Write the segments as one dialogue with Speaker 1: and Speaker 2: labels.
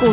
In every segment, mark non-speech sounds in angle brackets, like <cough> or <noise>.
Speaker 1: 股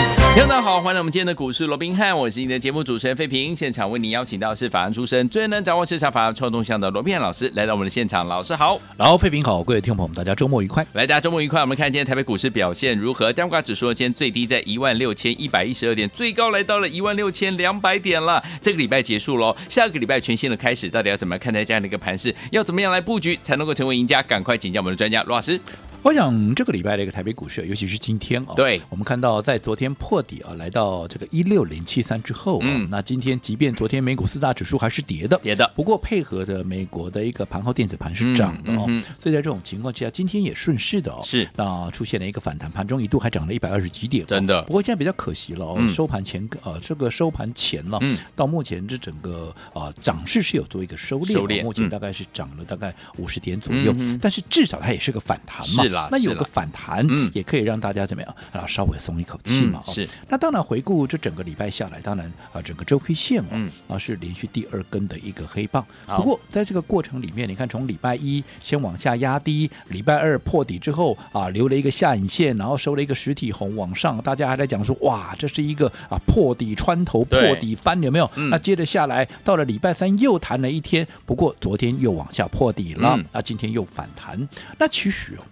Speaker 2: 听众大家好，欢迎来我们今天的股市罗宾汉，我是你的节目主持人费平。现场为您邀请到是法案出身、最能掌握市场法案臭动向的罗宾汉老师来到我们的现场，老师好。
Speaker 3: 然后，费平好，各位听众朋友们，大家周末愉快。
Speaker 2: 来，大家周末愉快。我们看今天台北股市表现如何？加挂指数今天最低在一万六千一百一十二点，最高来到了一万六千两百点了。这个礼拜结束喽，下个礼拜全新的开始，到底要怎么看待这样的一个盘势？要怎么样来布局才能够成为赢家？赶快请教我们的专家罗老师。
Speaker 3: 我想这个礼拜的一个台北股市，尤其是今天哦，
Speaker 2: 对
Speaker 3: 我们看到在昨天破底啊，来到这个一六零七三之后、啊，
Speaker 2: 嗯
Speaker 3: 那今天即便昨天美股四大指数还是跌的，
Speaker 2: 跌的
Speaker 3: 不过配合着美国的一个盘后电子盘是涨的哦，
Speaker 2: 嗯嗯
Speaker 3: 所以在这种情况之下，今天也顺势的哦，
Speaker 2: 是
Speaker 3: 那出现了一个反弹，盘中一度还涨了一百二十几点、哦，
Speaker 2: 真的
Speaker 3: 不过现在比较可惜了哦，
Speaker 2: 嗯
Speaker 3: 收盘前呃这个收盘前了、
Speaker 2: 嗯
Speaker 3: 到目前这整个呃涨势是有做一个收敛、哦，
Speaker 2: 收敛
Speaker 3: 目前
Speaker 2: 嗯
Speaker 3: 大概是涨了大概五十点左右，
Speaker 2: 嗯哼
Speaker 3: 但是至少它也是个反弹。嘛
Speaker 2: 是啦
Speaker 3: 那有
Speaker 2: 是啦
Speaker 3: 个反弹
Speaker 2: 嗯，
Speaker 3: 也可以让大家怎么样啊，稍微松一口气嘛。
Speaker 2: 嗯
Speaker 3: 哦
Speaker 2: 是。
Speaker 3: 那当然，回顾这整个礼拜下来，当然啊，整个周 K 线
Speaker 2: 嗯
Speaker 3: 哦，啊是连续第二根的一个黑棒。
Speaker 2: 好
Speaker 3: 不过在这个过程里面，你看从礼拜一先往下压低，礼拜二破底之后啊，留了一个下影线，然后收了一个实体红往上，大家还在讲说哇，这是一个啊破底穿头、破
Speaker 2: 对
Speaker 3: 底翻，有没有？
Speaker 2: 嗯
Speaker 3: 那接着下来到了礼拜三又弹了一天，不过昨天又往下破底了
Speaker 2: 嗯，
Speaker 3: 啊，今天又反弹。那其实哦。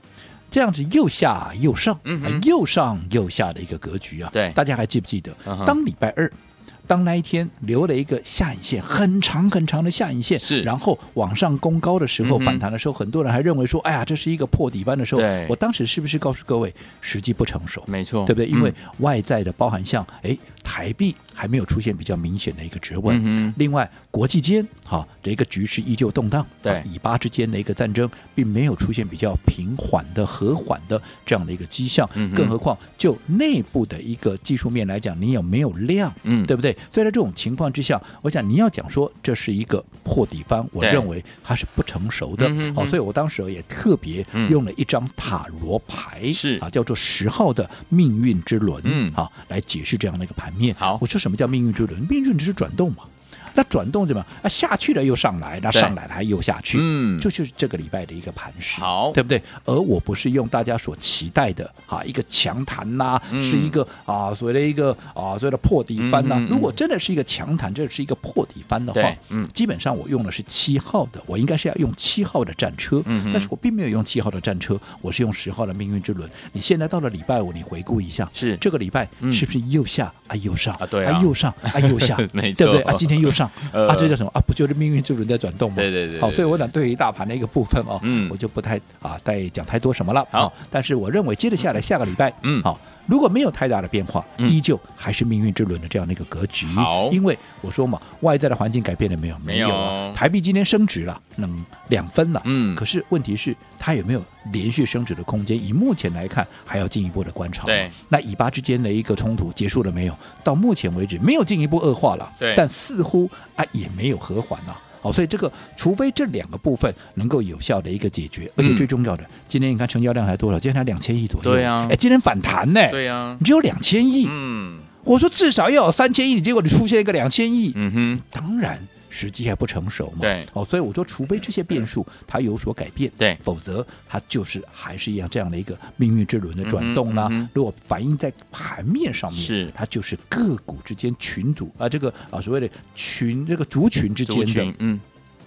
Speaker 3: 这样子又下又上，
Speaker 2: 嗯哼
Speaker 3: 啊又上又下的一个格局啊。
Speaker 2: 对
Speaker 3: 大家还记不记得
Speaker 2: 嗯哼？
Speaker 3: 当礼拜二。当那一天留了一个下影线，很长很长的下影线，
Speaker 2: 是
Speaker 3: 然后往上攻高的时
Speaker 2: 嗯
Speaker 3: 候，
Speaker 2: 哼
Speaker 3: 反弹的时候，很多人还认为说，哎呀，这是一个破底翻的时候
Speaker 2: 对。
Speaker 3: 我当时是不是告诉各位，时机不成熟？
Speaker 2: 没嗯错
Speaker 3: 对不对？因为外在的包含像，哎，台币还没有出现比较明显的一个值位。
Speaker 2: 嗯哼
Speaker 3: 另外，国际间哈的一个局势依旧动荡，
Speaker 2: 对
Speaker 3: 啊以巴之间的一个战争，并没有出现比较平缓的、和缓的这样的一个迹象。
Speaker 2: 嗯哼
Speaker 3: 更何况就内部的一个技术面来讲，你有没有量？
Speaker 2: 嗯
Speaker 3: 对不对？所以在这种情况之下，我想你要讲说这是一个破底翻，我
Speaker 2: 对
Speaker 3: 认为它是不成熟的。
Speaker 2: 嗯哼
Speaker 3: 好、
Speaker 2: 哼
Speaker 3: 所以我当时也特别
Speaker 2: 嗯
Speaker 3: 用了一张塔罗牌，
Speaker 2: 是
Speaker 3: 啊，叫做十号的命运之轮，
Speaker 2: 嗯
Speaker 3: 好、来解释这样的一个盘面。
Speaker 2: 好
Speaker 3: 我说什么叫命运之轮？命运之轮是转动嘛。那转动怎么样？那下去了又上来，那
Speaker 2: 对
Speaker 3: 上来了还又下去，
Speaker 2: 嗯
Speaker 3: 这就是这个礼拜的一个盘势，
Speaker 2: 好
Speaker 3: 对不对？而我不是用大家所期待的哈、一个强弹呐、
Speaker 2: 嗯
Speaker 3: 是一个啊所谓的一个啊所谓的破底翻呐、
Speaker 2: 嗯嗯嗯
Speaker 3: 如果真的是一个强弹，这是一个破底翻的话
Speaker 2: 对，嗯
Speaker 3: 基本上我用的是七号的，我应该是要用七号的战车，
Speaker 2: 嗯哼
Speaker 3: 但是我并没有用七号的战车，我是用十号的命运之轮。你现在到了礼拜五，你回顾一下，
Speaker 2: 是
Speaker 3: 这个礼拜
Speaker 2: 嗯
Speaker 3: 是不是又下啊又上
Speaker 2: 啊对啊，
Speaker 3: 又上啊又下
Speaker 2: <laughs> 没
Speaker 3: 对不对
Speaker 2: 错
Speaker 3: 啊？今天又上、
Speaker 2: <laughs> 呃
Speaker 3: 啊，这叫什么啊？不就是命运之轮在转动吗？
Speaker 2: 对对对对
Speaker 3: 好，所以我想对于大盘的一个部分哦，
Speaker 2: 嗯
Speaker 3: 我就不太啊再讲太多什么了。
Speaker 2: 好
Speaker 3: 啊但是我认为接着下来下个礼拜，
Speaker 2: 嗯
Speaker 3: 好。如果没有太大的变化，
Speaker 2: 嗯
Speaker 3: 依旧还是命运之轮的这样的一个格局。
Speaker 2: 好
Speaker 3: 因为我说嘛，外在的环境改变了没有？
Speaker 2: 没有
Speaker 3: 啊。台币今天升值了，能两分了。
Speaker 2: 嗯
Speaker 3: 可是问题是，它有没有连续升值的空间？以目前来看，还要进一步的观察。
Speaker 2: 嗯对，
Speaker 3: 那以巴之间的一个冲突结束了没有？到目前为止，没有进一步恶化了。
Speaker 2: 对
Speaker 3: 但似乎啊也没有和缓了。哦，所以这个，除非这两个部分能够有效的一个解决，而且
Speaker 2: 嗯
Speaker 3: 最重要的，今天你看成交量才多少？今天才两千亿左右。
Speaker 2: 对啊
Speaker 3: 哎，今天反弹呢？
Speaker 2: 对呀
Speaker 3: 你只有两千亿。
Speaker 2: 嗯
Speaker 3: 我说至少要有三千亿，结果你出现一个两千亿，
Speaker 2: 嗯哼，
Speaker 3: 当然时机还不成熟嘛。
Speaker 2: 对
Speaker 3: 哦，所以我说，除非这些变数它有所改变，
Speaker 2: 对
Speaker 3: 否则它就是还是一样这样的一个命运之轮的转动
Speaker 2: 嗯
Speaker 3: 啦、
Speaker 2: 哼嗯哼
Speaker 3: 如果反映在盘面上面，
Speaker 2: 是
Speaker 3: 它就是个股之间群组啊，这个啊所谓的群这个族群之
Speaker 2: 族
Speaker 3: 间
Speaker 2: 群
Speaker 3: 的。哦
Speaker 2: 嗯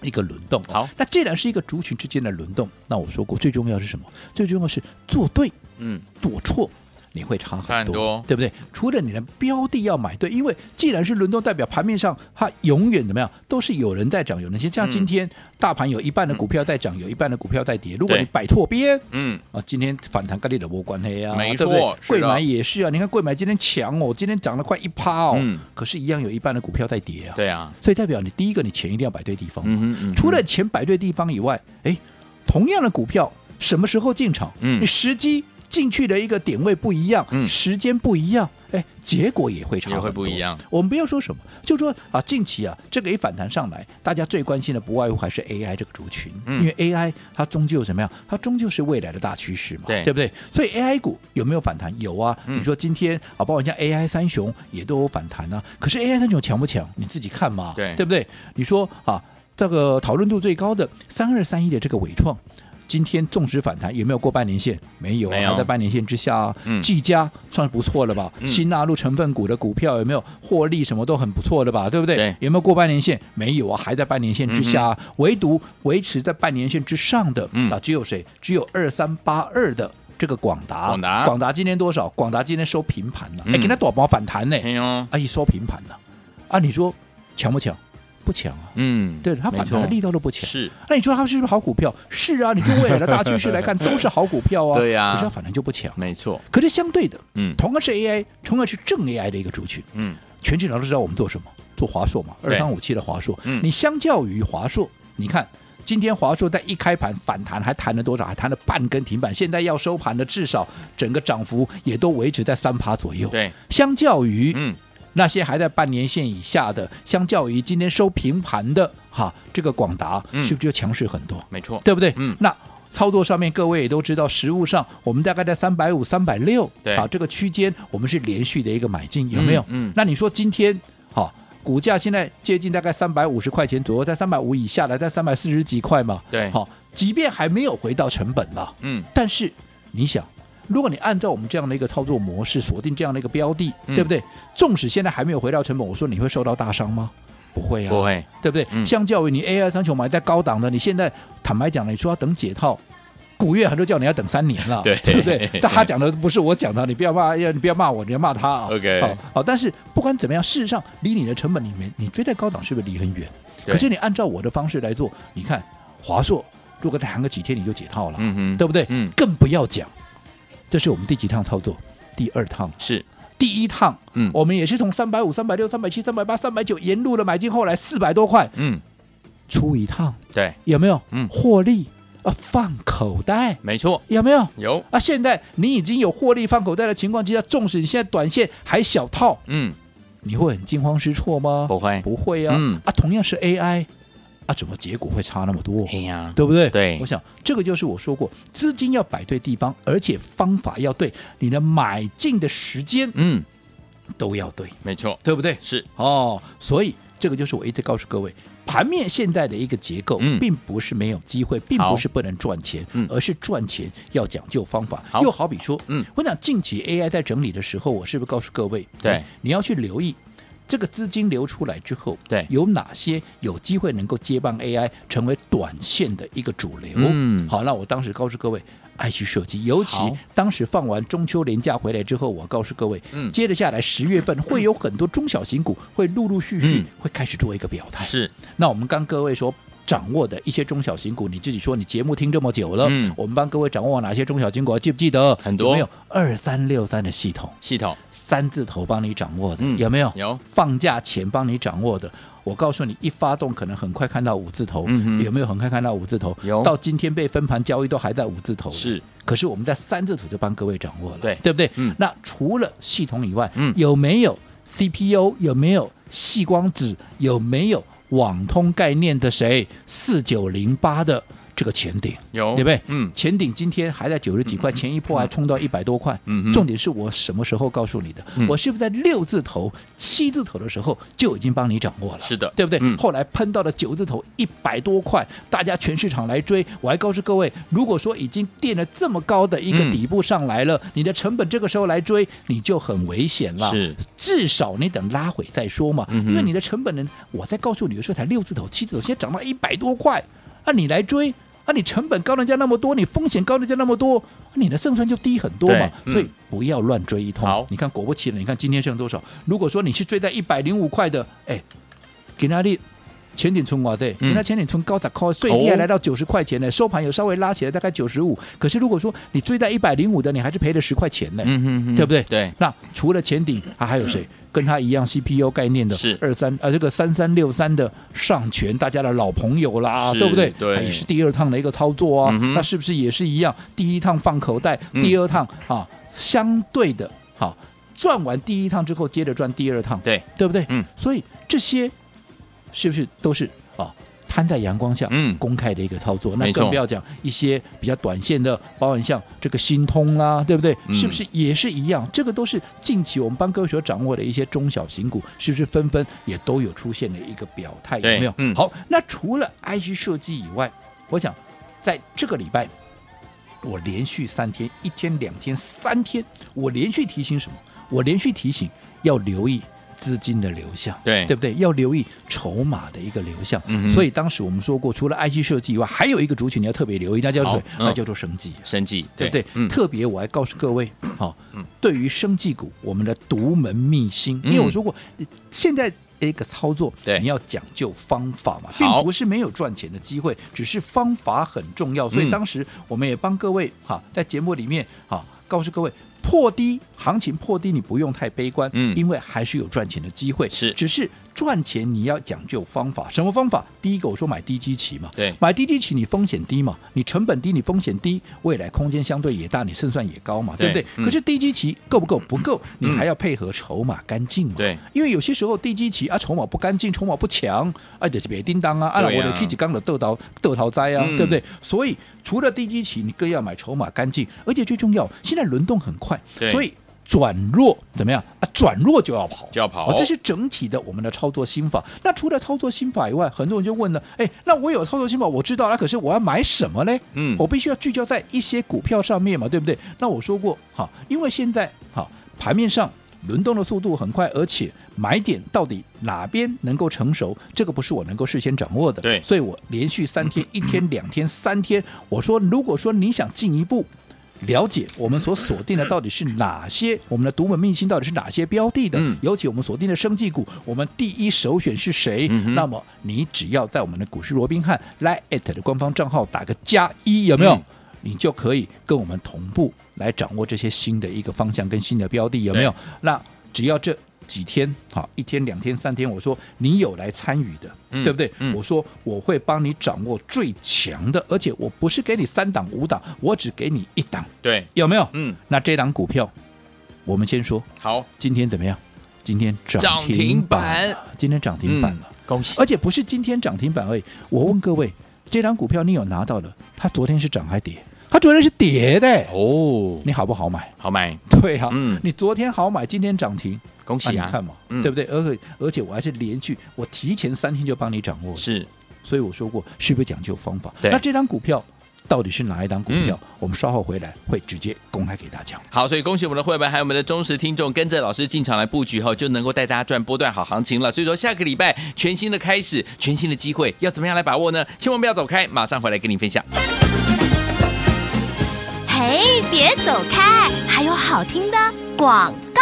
Speaker 3: 一个轮动，啊
Speaker 2: 好，
Speaker 3: 那既然是一个族群之间的轮动，那我说过最重要是什么？最重要是做对，
Speaker 2: 嗯
Speaker 3: 做错。你会差很
Speaker 2: 差很
Speaker 3: 多，
Speaker 2: 多
Speaker 3: 对不对？除了你的标的要买对，因为既然是轮动，代表盘面上它永远怎么样，都是有人在涨，有人先
Speaker 2: 嗯
Speaker 3: 像今天、大盘有一半的股票在涨，有一半的股票在跌。如果
Speaker 2: 对
Speaker 3: 你摆错边
Speaker 2: 嗯
Speaker 3: 啊，今天反弹跟你的无关系啊，
Speaker 2: 没
Speaker 3: 对不对
Speaker 2: 错是
Speaker 3: 贵
Speaker 2: 的
Speaker 3: 买也是啊，你看贵买今天强哦，今天涨了快一趴哦，
Speaker 2: 嗯
Speaker 3: 可是，一样有一半的股票在跌啊。
Speaker 2: 对啊
Speaker 3: 所以代表你第一个，你钱一定要摆对地方。
Speaker 2: 嗯哼嗯哼
Speaker 3: 除了钱摆对地方以外，哎，同样的股票什么时候进场，
Speaker 2: 嗯
Speaker 3: 你时机进去的一个点位不一样，
Speaker 2: 嗯
Speaker 3: 时间不一样，哎，结果也会差很多
Speaker 2: 也会不一样。
Speaker 3: 我们不要说什么，就说啊，近期啊，这个一反弹上来，大家最关心的不外乎还是 AI 这个族群，
Speaker 2: 嗯
Speaker 3: 因为 AI 它终究怎么样？它终究是未来的大趋势嘛，
Speaker 2: 对
Speaker 3: 不对？所以 AI 股有没有反弹？有啊。
Speaker 2: 嗯
Speaker 3: 你说今天啊，包括像 AI 三雄也都有反弹啊。可是 AI 三雄强不强？你自己看嘛，
Speaker 2: 对
Speaker 3: 对不对？你说啊，这个讨论度最高的三二三一的这个伟创。今天纵使反弹，有没有过半年线？没有啊，
Speaker 2: 没有
Speaker 3: 还在半年线之下啊。
Speaker 2: 嗯
Speaker 3: 技嘉算不错了吧？
Speaker 2: 嗯
Speaker 3: 新纳入成分股的股票有没有获利？什么都很不错的吧，对不对？
Speaker 2: 对
Speaker 3: 有没有过半年线？没有啊，还在半年线之下、啊唯独维持在半年线之上的、
Speaker 2: 嗯
Speaker 3: 啊，只有谁？只有二三八二的。这个广达，
Speaker 2: 广达
Speaker 3: 广达今天多少？广达今天收平盘了、哎、
Speaker 2: 嗯
Speaker 3: 给它短毛反弹呢、
Speaker 2: 哎呦，
Speaker 3: 啊，一收平盘了、啊，你说强不强？不强啊，
Speaker 2: 嗯，
Speaker 3: 对，它反弹的力道都不强。
Speaker 2: 是
Speaker 3: 那你说它是不是好股票？是啊，你就未来的大趋势
Speaker 2: <laughs>
Speaker 3: 来看，都是好股票啊。
Speaker 2: 对呀
Speaker 3: 可是它反弹就不强。
Speaker 2: 没错，
Speaker 3: 可是相对的，
Speaker 2: 嗯
Speaker 3: 同样是 AI，同样是正 AI 的一个族群，
Speaker 2: 嗯，
Speaker 3: 全市场都知道我们做什么，做华硕嘛，二
Speaker 2: 对
Speaker 3: 三五七的华硕。
Speaker 2: 嗯
Speaker 3: 你相较于华硕，你看今天华硕在一开盘反弹，还弹了多少？还弹了半根停板，现在要收盘的，至少整个涨幅也都维持在三趴左右。，
Speaker 2: 对，
Speaker 3: 相较于
Speaker 2: 嗯
Speaker 3: 那些还在半年线以下的，相较于今天收平盘的哈，这个广达、
Speaker 2: 嗯
Speaker 3: 是不是就强势很多？
Speaker 2: 没错，
Speaker 3: 对不对？
Speaker 2: 嗯
Speaker 3: 那。操作上面，各位也都知道，实物上我们大概在三百五、三百六，
Speaker 2: 对
Speaker 3: 啊，这个区间我们是连续的一个买进，有没有？
Speaker 2: 嗯嗯
Speaker 3: 那你说今天好、股价现在接近大概三百五十块钱左右，在三百五以下的，在三百四十几块嘛，
Speaker 2: 对
Speaker 3: 好、哎即便还没有回到成本了，
Speaker 2: 嗯
Speaker 3: 但是你想，如果你按照我们这样的一个操作模式锁定这样的一个标的，
Speaker 2: 嗯
Speaker 3: 对不对？纵使现在还没有回到成本，我说你会受到大伤吗？不会啊，
Speaker 2: 不会，
Speaker 3: 对不对？
Speaker 2: 嗯
Speaker 3: 相较于你 AI 三雄买在高档的，你现在坦白讲，你说要等解套。古月很多叫你要等三年了，
Speaker 2: 对 <laughs>
Speaker 3: 不对？但他讲的不是我讲的，你不要骂，你不要骂我，你要骂他啊。
Speaker 2: OK
Speaker 3: 好，好，但是不管怎么样，事实上离你的成本里面，你追在高档是不是离很远？
Speaker 2: 对
Speaker 3: 可是你按照我的方式来做，你看华硕，如果再谈个几天你就解套了，
Speaker 2: 嗯哼，
Speaker 3: 对不对？
Speaker 2: 嗯
Speaker 3: 更不要讲，这是我们第几趟操作？第二趟，
Speaker 2: 是，
Speaker 3: 第一趟，
Speaker 2: 嗯
Speaker 3: 我们也是从三百五、三百六、三百七、三百八、三百九沿路的买进，后来四百多块
Speaker 2: 嗯，
Speaker 3: 出一趟，
Speaker 2: 对，
Speaker 3: 有没有？
Speaker 2: 嗯
Speaker 3: 获利啊，放口袋
Speaker 2: 没错，
Speaker 3: 有没有？
Speaker 2: 有，
Speaker 3: 啊，现在你已经有获利放口袋的情况之下，纵使你现在短线还小套，
Speaker 2: 嗯，
Speaker 3: 你会很惊慌失措吗？
Speaker 2: 不会，
Speaker 3: 不会啊，
Speaker 2: 嗯
Speaker 3: 啊，同样是 AI，啊，怎么结果会差那么多？
Speaker 2: 哎呀，
Speaker 3: 对不对？
Speaker 2: 对
Speaker 3: 我想这个就是我说过，资金要摆对地方，而且方法要对，你的买进的时间
Speaker 2: 嗯，
Speaker 3: 都要对，
Speaker 2: 没错，
Speaker 3: 对不对？
Speaker 2: 是，
Speaker 3: 哦，所以这个就是我一直告诉各位，盘面现在的一个结构，
Speaker 2: 嗯
Speaker 3: 并不是没有机会，并
Speaker 2: 好
Speaker 3: 不是不能赚钱，
Speaker 2: 嗯
Speaker 3: 而是赚钱要讲究方法
Speaker 2: 好。
Speaker 3: 又好比说，
Speaker 2: 嗯，
Speaker 3: 我想近期 AI 在整理的时候，我是不是告诉各位，
Speaker 2: 对
Speaker 3: 哎你要去留意。这个资金流出来之后，
Speaker 2: 对
Speaker 3: 有哪些有机会能够接棒 AI 成为短线的一个主流？
Speaker 2: 嗯
Speaker 3: 好，那我当时告诉各位，爱去设计，尤其
Speaker 2: 好
Speaker 3: 当时放完中秋连假回来之后，我告诉各位，
Speaker 2: 嗯
Speaker 3: 接着下来十月份会有很多中小型股会陆陆续续
Speaker 2: 嗯
Speaker 3: 会开始做一个表态。
Speaker 2: 是，
Speaker 3: 那我们刚各位说。掌握的一些中小型股，你自己说，你节目听这么久了，
Speaker 2: 嗯
Speaker 3: 我们帮各位掌握哪些中小型股，记不记得？
Speaker 2: 很多
Speaker 3: 有没有二三六三的系统，
Speaker 2: 系统，
Speaker 3: 三字头帮你掌握的，
Speaker 2: 嗯
Speaker 3: 有没有？
Speaker 2: 有
Speaker 3: 放假前帮你掌握的。我告诉你，一发动可能很快看到五字头，
Speaker 2: 嗯哼
Speaker 3: 有没有很快看到五字头？
Speaker 2: 有
Speaker 3: 到今天被分盘交易都还在五字头。
Speaker 2: 是，
Speaker 3: 可是我们在三字头就帮各位掌握了，
Speaker 2: 对
Speaker 3: 对不对？
Speaker 2: 嗯
Speaker 3: 那除了系统以外，
Speaker 2: 嗯
Speaker 3: 有没有 CPU？有没有细光子？有没有网通概念的谁？四九零八的这个前顶。
Speaker 2: 有，
Speaker 3: 对不对？
Speaker 2: 嗯，
Speaker 3: 前顶今天还在九十几块，前一波还冲到一百多块。
Speaker 2: 嗯哼
Speaker 3: 重点是我什么时候告诉你的？
Speaker 2: 嗯
Speaker 3: 我是不是在六字头、七字头的时候就已经帮你掌握了？
Speaker 2: 是的
Speaker 3: 对不对？
Speaker 2: 嗯
Speaker 3: 后来喷到了九字头一百多块，大家全市场来追。我还告诉各位，如果说已经垫了这么高的一个
Speaker 2: 嗯
Speaker 3: 底部上来了，你的成本这个时候来追，你就很危险了。
Speaker 2: 是，
Speaker 3: 至少你等拉回再说嘛，
Speaker 2: 嗯哼
Speaker 3: 因为你的成本呢，我在告诉你的时候才六字头、七字头，现在涨到一百多块，啊，你来追。啊，你成本高人家那么多，你风险高人家那么多，你的胜算就低很多嘛
Speaker 2: 对。嗯
Speaker 3: 所以不要乱追一通。
Speaker 2: 好
Speaker 3: 你看果不其然，你看今天剩多少？如果说你是追在一百零五块的，哎，给那里前顶村哇塞，
Speaker 2: 嗯
Speaker 3: 给那前顶村高咋高，最
Speaker 2: 哦
Speaker 3: 低还来到九十块钱呢，收盘有稍微拉起来，大概九十五。可是如果说你追在一百零五的，你还是赔了十块钱呢。
Speaker 2: 嗯哼哼，
Speaker 3: 对不对？
Speaker 2: 对，
Speaker 3: 那除了前顶，啊、还有谁？跟他一样 CPU 概念的
Speaker 2: 是
Speaker 3: 二三啊，这个三三六三的上权，大家的老朋友啦，
Speaker 2: 是
Speaker 3: 对不对？
Speaker 2: 对
Speaker 3: 啊也是第二趟的一个操作啊、
Speaker 2: 嗯哼
Speaker 3: 那是不是也是一样？第一趟放口袋，
Speaker 2: 嗯
Speaker 3: 第二趟、啊，相对的，好、赚完第一趟之后，接着赚第二趟，
Speaker 2: 对
Speaker 3: 对不对？
Speaker 2: 嗯，
Speaker 3: 所以这些是不是都是啊摊在阳光下，
Speaker 2: 嗯
Speaker 3: 公开的一个操作？
Speaker 2: 没
Speaker 3: 那
Speaker 2: 错
Speaker 3: 更不要讲一些比较短线的，包含像这个新通啦，对不对？
Speaker 2: 嗯
Speaker 3: 是不是也是一样？这个都是近期我们帮各位所掌握的一些中小型股，是不是纷纷也都有出现了一个表态？有
Speaker 2: 对
Speaker 3: 没有？
Speaker 2: 嗯
Speaker 3: 好，那除了 IC 设计以外，我想在这个礼拜。我连续三天，一天、两天、三天，我连续提醒什么？我连续提醒要留意资金的流向，
Speaker 2: 对
Speaker 3: 对不对？要留意筹码的一个流向。
Speaker 2: 嗯哼
Speaker 3: 所以当时我们说过，除了 IC 设计以外，还有一个族群你要特别留意，那叫做
Speaker 2: 好
Speaker 3: 谁
Speaker 2: 嗯
Speaker 3: 那叫做生计。
Speaker 2: 生计，
Speaker 3: 对不对？
Speaker 2: 嗯，
Speaker 3: 特别我还告诉各位，好、对于生技股，我们的独门秘辛，因为我说过，现在。的一个操作，
Speaker 2: 嗯对
Speaker 3: 你要讲究方法嘛，并
Speaker 2: 好
Speaker 3: 不是没有赚钱的机会，只是方法很重要。所
Speaker 2: 嗯
Speaker 3: 以当时我们也帮各位哈、在节目里面哈、告诉各位，破低行情破低，你不用太悲观，
Speaker 2: 嗯
Speaker 3: 因为还是有赚钱的机会，
Speaker 2: 是
Speaker 3: 只是赚钱你要讲究方法，什么方法？第一个我说买低基期嘛，
Speaker 2: 对
Speaker 3: 买低基期你风险低嘛，你成本低，你风险低，未来空间相对也大，你胜算也高嘛，对不
Speaker 2: 对
Speaker 3: 对？
Speaker 2: 嗯
Speaker 3: 可是低基期够不够？不够，你
Speaker 2: 嗯
Speaker 3: 还要配合筹码干净嘛。
Speaker 2: 对，
Speaker 3: 因为有些时候低基期啊，筹码不干净，筹码不强，啊，就是别叮当啊，啊，
Speaker 2: 对
Speaker 3: 我
Speaker 2: 呀
Speaker 3: 的起几缸的豆桃豆桃栽啊，
Speaker 2: 嗯
Speaker 3: 对不对？所以除了低基期，你更要买筹码干净，而且最重要，现在轮动很快
Speaker 2: 对，
Speaker 3: 所以。转弱怎么样啊？转弱就要跑，
Speaker 2: 就要跑
Speaker 3: 哦这是整体的我们的操作心法。那除了操作心法以外，很多人就问了：哎，那我有操作心法，我知道，那可是我要买什么呢？
Speaker 2: 嗯
Speaker 3: 我必须要聚焦在一些股票上面嘛，对不对？那我说过，好，因为现在好盘面上轮动的速度很快，而且买点到底哪边能够成熟，这个不是我能够事先掌握的。
Speaker 2: 对
Speaker 3: 所以我连续三天，一天、两天、三天，我说，如果说你想进一步。了解我们所锁定的到底是哪些，我们的独门秘辛到底是哪些标的的？
Speaker 2: 嗯
Speaker 3: 尤其我们锁定的生技股，我们第一首选是谁？
Speaker 2: 嗯哼
Speaker 3: 那么你只要在我们的股市罗宾汉 Line at 的官方账号打个加一，有没有？
Speaker 2: 嗯
Speaker 3: 你就可以跟我们同步来掌握这些新的一个方向跟新的标的，有没有
Speaker 2: 对？
Speaker 3: 那只要这几天，好，一天、两天、三天，我说你有来参与的，
Speaker 2: 嗯
Speaker 3: 对不对？
Speaker 2: 嗯
Speaker 3: 我说我会帮你掌握最强的，而且我不是给你三档五档，我只给你一档，
Speaker 2: 对，
Speaker 3: 有没有？
Speaker 2: 嗯，
Speaker 3: 那这档股票，我们先说
Speaker 2: 好，
Speaker 3: 今天怎么样？今天涨
Speaker 2: 涨停
Speaker 3: 停
Speaker 2: 板
Speaker 3: 板了，今天涨停板了。
Speaker 2: 嗯，恭喜，
Speaker 3: 而且不是今天涨停板而已。我问各位，这张股票你有拿到的，它昨天是涨还跌？它昨天是跌的、
Speaker 2: 哦，
Speaker 3: 你好不好买？ <laughs>
Speaker 2: 好买，
Speaker 3: 对啊，
Speaker 2: 嗯
Speaker 3: 你昨天好买，今天涨停，
Speaker 2: 恭喜
Speaker 3: 你
Speaker 2: 啊
Speaker 3: 看，嘛，
Speaker 2: 嗯
Speaker 3: 对不对？而且而且我还是连续，我提前三天就帮你掌握了，
Speaker 2: 是，
Speaker 3: 所以我说过，是不是讲究方法？
Speaker 2: 对嗯
Speaker 3: 那这张股票到底是哪一张股票？我们稍后回来会直接公开给大家。
Speaker 2: 好，所以恭喜我们的会员，还有我们的忠实听众，跟着老师进场来布局后，就能够带大家赚波段好行情了。所以说，下个礼拜全新的开始，全新的机会，要怎么样来把握呢？千万不要走开，马上回来跟你分享。
Speaker 1: 嘿，别走开，还有好听的广告。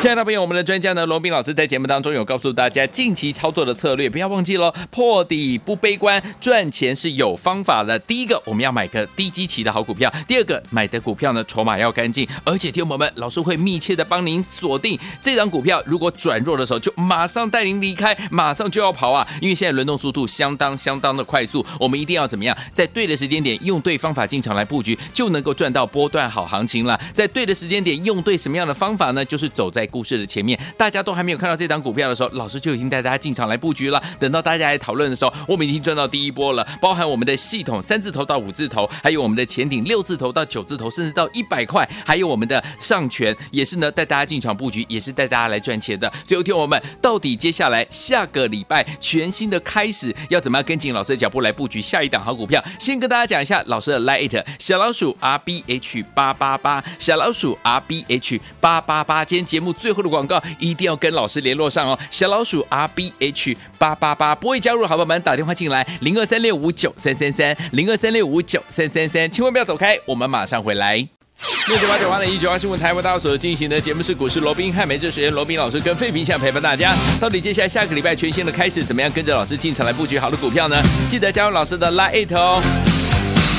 Speaker 2: 亲爱的朋友，我们的专家呢，罗斌老师在节目当中有告诉大家近期操作的策略，不要忘记了，破底不悲观，赚钱是有方法的。第一个，我们要买个低基期的好股票；第二个，买的股票呢，筹码要干净，而且听友们，老师会密切的帮您锁定这档股票，如果转弱的时候，就马上带您离开，马上就要跑啊，因为现在轮动速度相当相当的快速，我们一定要怎么样，在对的时间点用对方法进场来布局，就能够赚到波段好行情了。在对的时间点用对什么样的方法呢？就是走在故事的前面，大家都还没有看到这档股票的时候，老师就已经带大家进场来布局了。等到大家来讨论的时候，我们已经赚到第一波了，包含我们的系统三字头到五字头，还有我们的前顶六字头到九字头，甚至到一百块，还有我们的上权也是呢带大家进场布局，也是带大家来赚钱的。所以，听我们到底接下来下个礼拜全新的开始，要怎么样跟紧老师的脚步来布局下一档好股票？先跟大家讲一下老师的 Lite 小老鼠 R B H 八八八，小老鼠 R B H 八八八。今天节目最后的广告一定要跟老师联络上哦，小老鼠 R B H 八八八，不会加入的好朋友们打电话进来零二三六五九三三三零二三六五九三三三，千万不要走开，我们马上回来。六九八九八零一九八新闻台为大家所进行的节目是股市罗宾汉，每这时间罗宾老师跟费平想陪伴大家。到底接下来下个礼拜全新的开始，怎么样跟着老师进场来布局好的股票呢？记得加入老师的 Line 哦。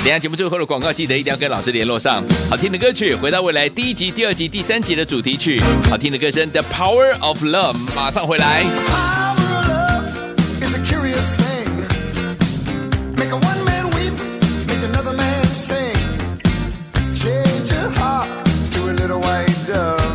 Speaker 2: 等一下节目最后的广告，记得一定要跟老师联络上。好听的歌曲，回到未来第一集、第二集、第三集的主题曲，好听的歌声《The Power of Love》，马上回来。
Speaker 4: Power of love is a curious thing. Make a one man weep, make another man sing. Change your heart to a little white dove.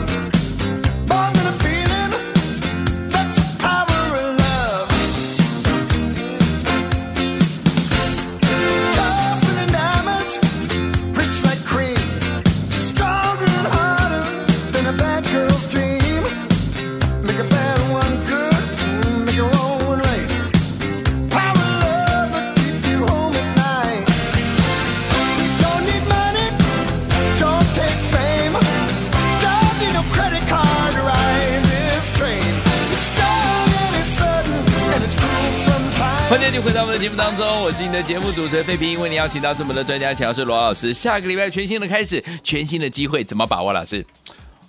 Speaker 2: 欢迎继续回到我们的节目当中，我是你的节目主持人费平，为你邀请到是我们的专家乔是罗老师。下个礼拜全新的开始，全新的机会怎么把握？老师，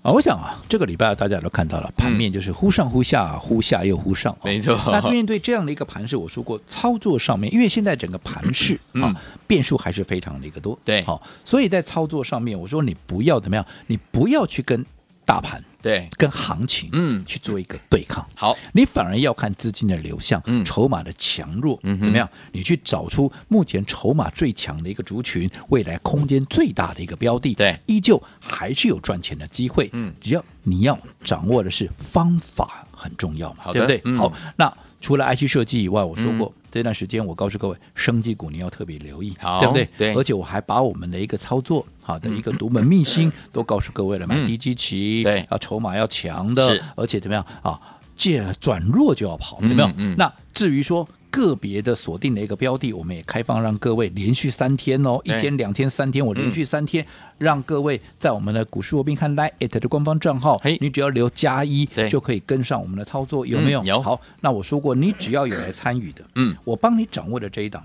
Speaker 3: 啊，我想啊，这个礼拜大家都看到了，盘面就是忽上忽下，忽下又忽上、哦
Speaker 2: 嗯没错
Speaker 3: 那面对这样的一个盘势，我说过，操作上面，因为现在整个盘势啊、变数还是非常的一个多，
Speaker 2: 嗯对
Speaker 3: 好、所以在操作上面，我说你不要怎么样，你不要去跟大盘、
Speaker 2: 对，
Speaker 3: 跟行情，
Speaker 2: 嗯
Speaker 3: 去做一个对抗。
Speaker 2: 好，
Speaker 3: 你反而要看资金的流向，
Speaker 2: 嗯
Speaker 3: 筹码的强弱，
Speaker 2: 嗯哼
Speaker 3: 怎么样？你去找出目前筹码最强的一个族群，未来空间最大的一个标的，
Speaker 2: 对
Speaker 3: 依旧还是有赚钱的机会。
Speaker 2: 嗯
Speaker 3: 只要你要掌握的是方法很重要嘛
Speaker 2: 好，的
Speaker 3: 对不对？
Speaker 2: 嗯
Speaker 3: 好，那除了 IC 设计以外，我说过。这段时间，我告诉各位，生技股你要特别留意
Speaker 2: 好，
Speaker 3: 对不对？
Speaker 2: 对
Speaker 3: 而且我还把我们的一个操作，好的一个独门秘辛，都告诉各位了，买
Speaker 2: 嗯
Speaker 3: 低基期，
Speaker 2: 对
Speaker 3: 啊，筹码要强的
Speaker 2: 是，
Speaker 3: 而且怎么样啊？借转弱就要跑，有没有？
Speaker 2: 嗯嗯
Speaker 3: 那至于说个别的锁定的一个标的，我们也开放让各位连续三天哦，一
Speaker 2: 对
Speaker 3: 天、两天、三天，我连续三天、让各位在我们的股市罗宾汉 Line at 的官方账号
Speaker 2: 嘿，
Speaker 3: 你只要留加一
Speaker 2: 对
Speaker 3: 就可以跟上我们的操作，有没有？
Speaker 2: 嗯有
Speaker 3: 好，那我说过，你只要有来参与的，
Speaker 2: 嗯，
Speaker 3: 我帮你掌握的这一档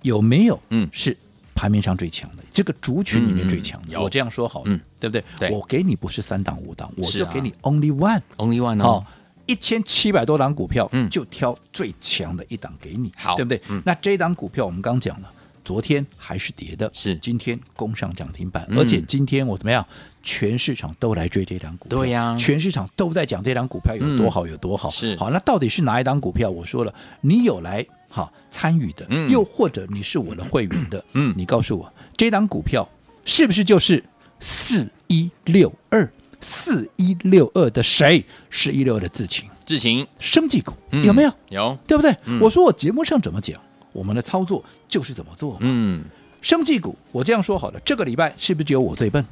Speaker 3: 有没有？
Speaker 2: 嗯
Speaker 3: 是。盘面上最强的，这个族群里面最强
Speaker 2: 嗯嗯
Speaker 3: 的，
Speaker 2: 有
Speaker 3: 我这样说好了，
Speaker 2: 嗯
Speaker 3: 对不对？
Speaker 2: 对
Speaker 3: 我给你不是三档五档，我
Speaker 2: 是
Speaker 3: 就
Speaker 2: 啊
Speaker 3: 给你 only one，
Speaker 2: ，Only One 哦
Speaker 3: 好，一千七百多档股票，
Speaker 2: 嗯
Speaker 3: 就挑最强的一档给你，
Speaker 2: 好
Speaker 3: 对不对？
Speaker 2: 嗯
Speaker 3: 那这一档股票我们刚讲了，昨天还是跌的，
Speaker 2: 是
Speaker 3: 今天攻上涨停板，
Speaker 2: 嗯
Speaker 3: 而且今天我怎么样？全市场都来追这档股票，
Speaker 2: 对呀嗯
Speaker 3: 全市场都在讲这档股票有多好，有多好。
Speaker 2: 是
Speaker 3: 好，那到底是哪一档股票？我说了，你有来好参与的，
Speaker 2: 嗯
Speaker 3: 又或者你是我的会员的，
Speaker 2: 嗯
Speaker 3: 你告诉我这档股票是不是就是四一六二四一六二的谁？四一六的自情
Speaker 2: 志勤
Speaker 3: 生技股、
Speaker 2: 嗯
Speaker 3: 有没有？
Speaker 2: 有，
Speaker 3: 对不对？
Speaker 2: 嗯
Speaker 3: 我说我节目上怎么讲，我们的操作就是怎么做。
Speaker 2: 嗯，
Speaker 3: 生技股，我这样说好了，这个礼拜是不是只有我最笨？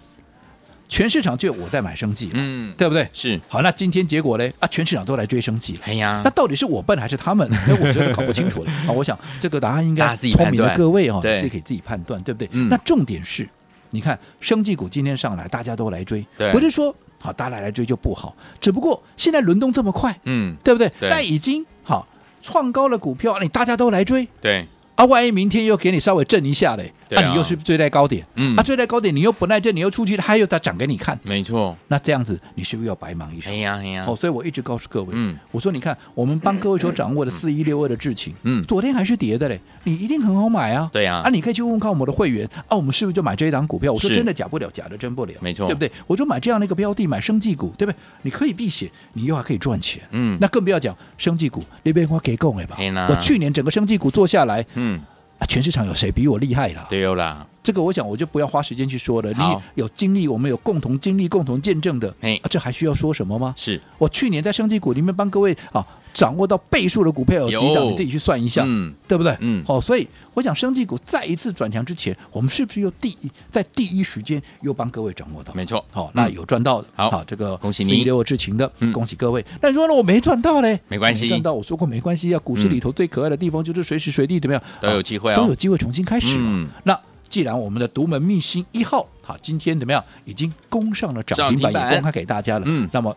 Speaker 3: 全市场就有我在买生技，
Speaker 2: 嗯
Speaker 3: 对不对？
Speaker 2: 是，
Speaker 3: 好，那今天结果嘞？啊，全市场都来追生技了。
Speaker 2: 哎呀
Speaker 3: 那，到底是我笨还
Speaker 2: <laughs>
Speaker 3: 是他们？那我觉得搞不清楚了啊！我想这个答案应
Speaker 2: 大
Speaker 3: 该
Speaker 2: 家自己判
Speaker 3: 聪明的
Speaker 2: 断
Speaker 3: 各位哦，
Speaker 2: 对
Speaker 3: 自己可以自己判断，对不对？
Speaker 2: 嗯
Speaker 3: 那重点是，你看生技股今天上来，大家都来追
Speaker 2: 对，
Speaker 3: 不是说好大家来追就不好，只不过现在轮动这么快，
Speaker 2: 嗯，
Speaker 3: 对不对？
Speaker 2: 对
Speaker 3: 那已经好创高了股票，你哎大家都来追。
Speaker 2: 对，
Speaker 3: 啊，万一明天又给你稍微震一下嘞，
Speaker 2: 对
Speaker 3: 那、
Speaker 2: 啊
Speaker 3: 你又是追在高点，
Speaker 2: 嗯
Speaker 3: 啊，追在高点，你又不耐震，你又出去，它又再涨给你看，
Speaker 2: 没错，
Speaker 3: 那这样子你是不是要白忙一场
Speaker 2: 哎？呀哎呀
Speaker 3: 好、，所以我一直告诉各位，
Speaker 2: 嗯
Speaker 3: 我说你看，我们帮各位所掌握的四一六二的智勤，
Speaker 2: 嗯
Speaker 3: 昨天还是跌的嘞，你一定很好买啊，
Speaker 2: 对啊
Speaker 3: 啊，你可以去问问看我们的会员，啊，我们是不是就买这一档股票？我说
Speaker 2: 是
Speaker 3: 真的假不了，假的真不了，
Speaker 2: 没错
Speaker 3: 对不对？我就买这样的一个标的，买生技股，对不对？你可以避险，你又还可以赚钱，
Speaker 2: 嗯哎
Speaker 3: 那更不要讲生技股那边我给供了吧
Speaker 2: 嘿呐，
Speaker 3: 我去年整个生技股做下来。
Speaker 2: 嗯，
Speaker 3: 啊全市场有谁比我厉害啦？
Speaker 2: 对哦啦，
Speaker 3: 这个我想我就不要花时间去说了。
Speaker 2: 好
Speaker 3: 你有经历，我们有共同经历、共同见证的，
Speaker 2: 嘿
Speaker 3: 啊这还需要说什么吗？
Speaker 2: 是，
Speaker 3: 我去年在升级股里面帮各位啊掌握到倍数的股票有几档，
Speaker 2: 有
Speaker 3: 你自己去算一下，
Speaker 2: 嗯
Speaker 3: 对不对？
Speaker 2: 嗯
Speaker 3: 好、所以我想升级股再一次转强之前，我们是不是又第一在第一时间又帮各位掌握到？
Speaker 2: 没错，
Speaker 3: 好、那
Speaker 2: 嗯
Speaker 3: 有赚到的，
Speaker 2: 好
Speaker 3: 这个
Speaker 2: 恭喜你
Speaker 3: 六有知情的
Speaker 2: 嗯，
Speaker 3: 恭喜各位。那你说呢？我没赚到嘞，
Speaker 2: 没关系
Speaker 3: 没赚到我说过没关系啊。股市里头最可爱的地方就是随时随地怎么样
Speaker 2: 都有
Speaker 3: 啊
Speaker 2: 机会哦
Speaker 3: 都有机会重新开始嘛。
Speaker 2: 嗯
Speaker 3: 那既然我们的独门秘辛一号，好，今天怎么样已经攻上了涨停
Speaker 2: 涨
Speaker 3: 板，
Speaker 2: 停板
Speaker 3: 也公开给大家了。
Speaker 2: 嗯
Speaker 3: 那么。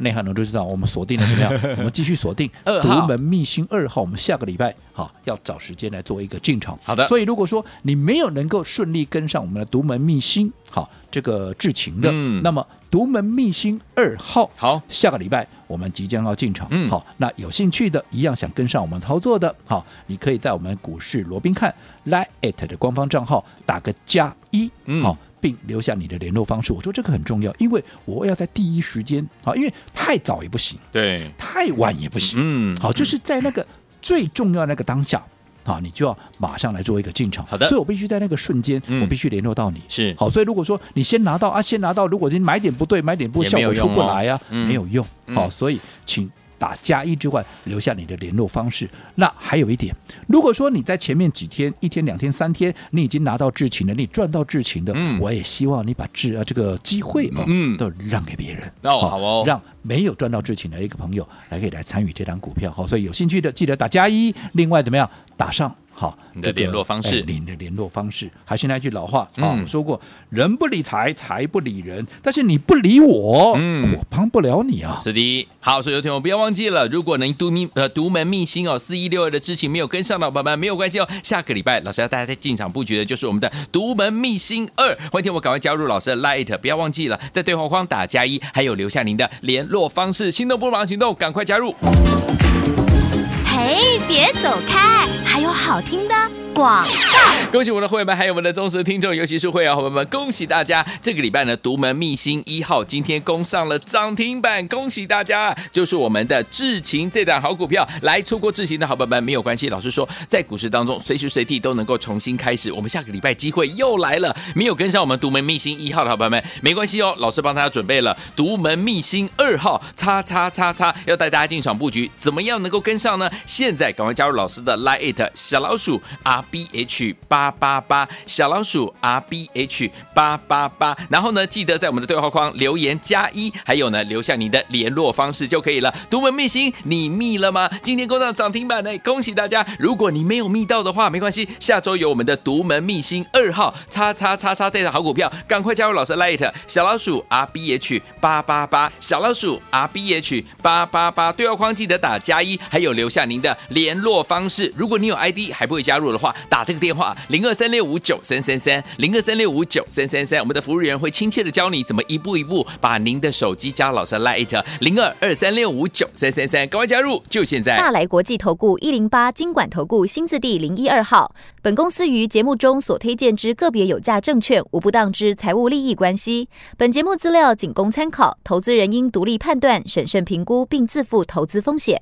Speaker 3: 内涵人都知道，我们锁定了怎么样？
Speaker 2: <laughs>
Speaker 3: 我们继续锁定
Speaker 2: 二
Speaker 3: 独
Speaker 2: 号
Speaker 3: 门秘辛二号，我们下个礼拜好要找时间来做一个进场。
Speaker 2: 好的
Speaker 3: 所以如果说你没有能够顺利跟上我们的独门秘辛，好这个智勤的，
Speaker 2: 嗯
Speaker 3: 那么独门秘辛二号，
Speaker 2: 好
Speaker 3: 下个礼拜我们即将要进场。
Speaker 2: 嗯
Speaker 3: 好，那有兴趣的，一样想跟上我们操作的，好，你可以在我们股市罗宾看 Line at 的官方账号打个加一，
Speaker 2: 嗯
Speaker 3: 好。并留下你的联络方式，我说这个很重要，因为我要在第一时间好，因为太早也不行，
Speaker 2: 对，
Speaker 3: 太晚也不行，
Speaker 2: 嗯，
Speaker 3: 好，就是在那个最重要的那个当下。啊，你就要马上来做一个进场。
Speaker 2: 好的
Speaker 3: 所以我必须在那个瞬间，
Speaker 2: 嗯
Speaker 3: 我必须联络到你。
Speaker 2: 是
Speaker 3: 好，所以如果说你先拿到啊，先拿到，如果你买点不对，买点不
Speaker 2: 也
Speaker 3: 效
Speaker 2: 没有
Speaker 3: 果出
Speaker 2: 用
Speaker 3: 不
Speaker 2: 哦
Speaker 3: 来啊，
Speaker 2: 嗯
Speaker 3: 没有用。
Speaker 2: 嗯
Speaker 3: 好，所以请打加一之外留下你的联络方式。那还有一点，如果说你在前面几天，一天、两天、三天，你已经拿到智勤的，你赚到智勤的，
Speaker 2: 嗯
Speaker 3: 我也希望你把智啊这个机会啊，
Speaker 2: 嗯
Speaker 3: 都让给别人。
Speaker 2: 哦好哦
Speaker 3: 让没有赚到智勤的一个朋友来可以来参与这张股票。好，所以有兴趣的记得打加一，另外怎么样打上好，
Speaker 2: 你的
Speaker 3: 这个
Speaker 2: 联络方式
Speaker 3: 哎你的联络方式。还是那句老话啊，
Speaker 2: 嗯
Speaker 3: 我说过，人不理财，财不理人，但是你不理我，
Speaker 2: 嗯
Speaker 3: 我帮不了你啊。
Speaker 2: 是的，好，所以有听我不要忘记了，如果能独秘呃独门秘辛哦，四一六二的知情没有跟上的伙伴们没有关系哦，下个礼拜老师要大家再进场布局的就是我们的独门秘辛二，欢迎听我赶快加入老师的 Light，不要忘记了在对话框打加一，还有留下您的联络方式，心动不如马上行动，赶快加入。
Speaker 1: 嘿，别走开，还有好听的广。
Speaker 2: 恭喜我们的会员们，还有我们的忠实听众，尤其是会员伙伴们， <laughs> 恭喜大家！这个礼拜呢，独门秘辛一号今天攻上了涨停板，恭喜大家！就是我们的智勤这档好股票，来错过智勤的好伙伴们没有关系，老师说，在股市当中随时随地都能够重新开始。我们下个礼拜机会又来了，没有跟上我们独门秘辛一号的伙伴们没关系哦，老师帮大家准备了独门秘辛二号，叉叉叉叉，要带大家进场布局，怎么样能够跟上呢？现在赶快加入老师的 Line It 小老鼠 R B H 八八八，小老鼠 R B H 八八八，然后呢，记得在我们的对话框留言加一，还有呢，留下你的联络方式就可以了。独门秘辛，你密了吗？今天攻上涨停板呢，恭喜大家！如果你没有密到的话，没关系，下周有我们的独门秘辛二号叉叉叉叉这档好股票，赶快加入老师 Light 小老鼠 R B H 八八八，小老鼠 R B H 八八八，对话框记得打加一，还有留下您的联络方式。如果你有 ID 还不会加入的话，打这个电话零二三六五九三三三零二三六五九三三三，我们的服务员会亲切的教你怎么一步一步把您的手机加老师 Light 零二二三六五九三三三，赶快加入，就现在。
Speaker 5: 大来国际投顾一零八金管投顾新字第零一二号。本公司于节目中所推荐之个别有价证券，无不当之财务利益关系。本节目资料仅供参考，投资人应独立判断、审慎评估，并自负投资风险。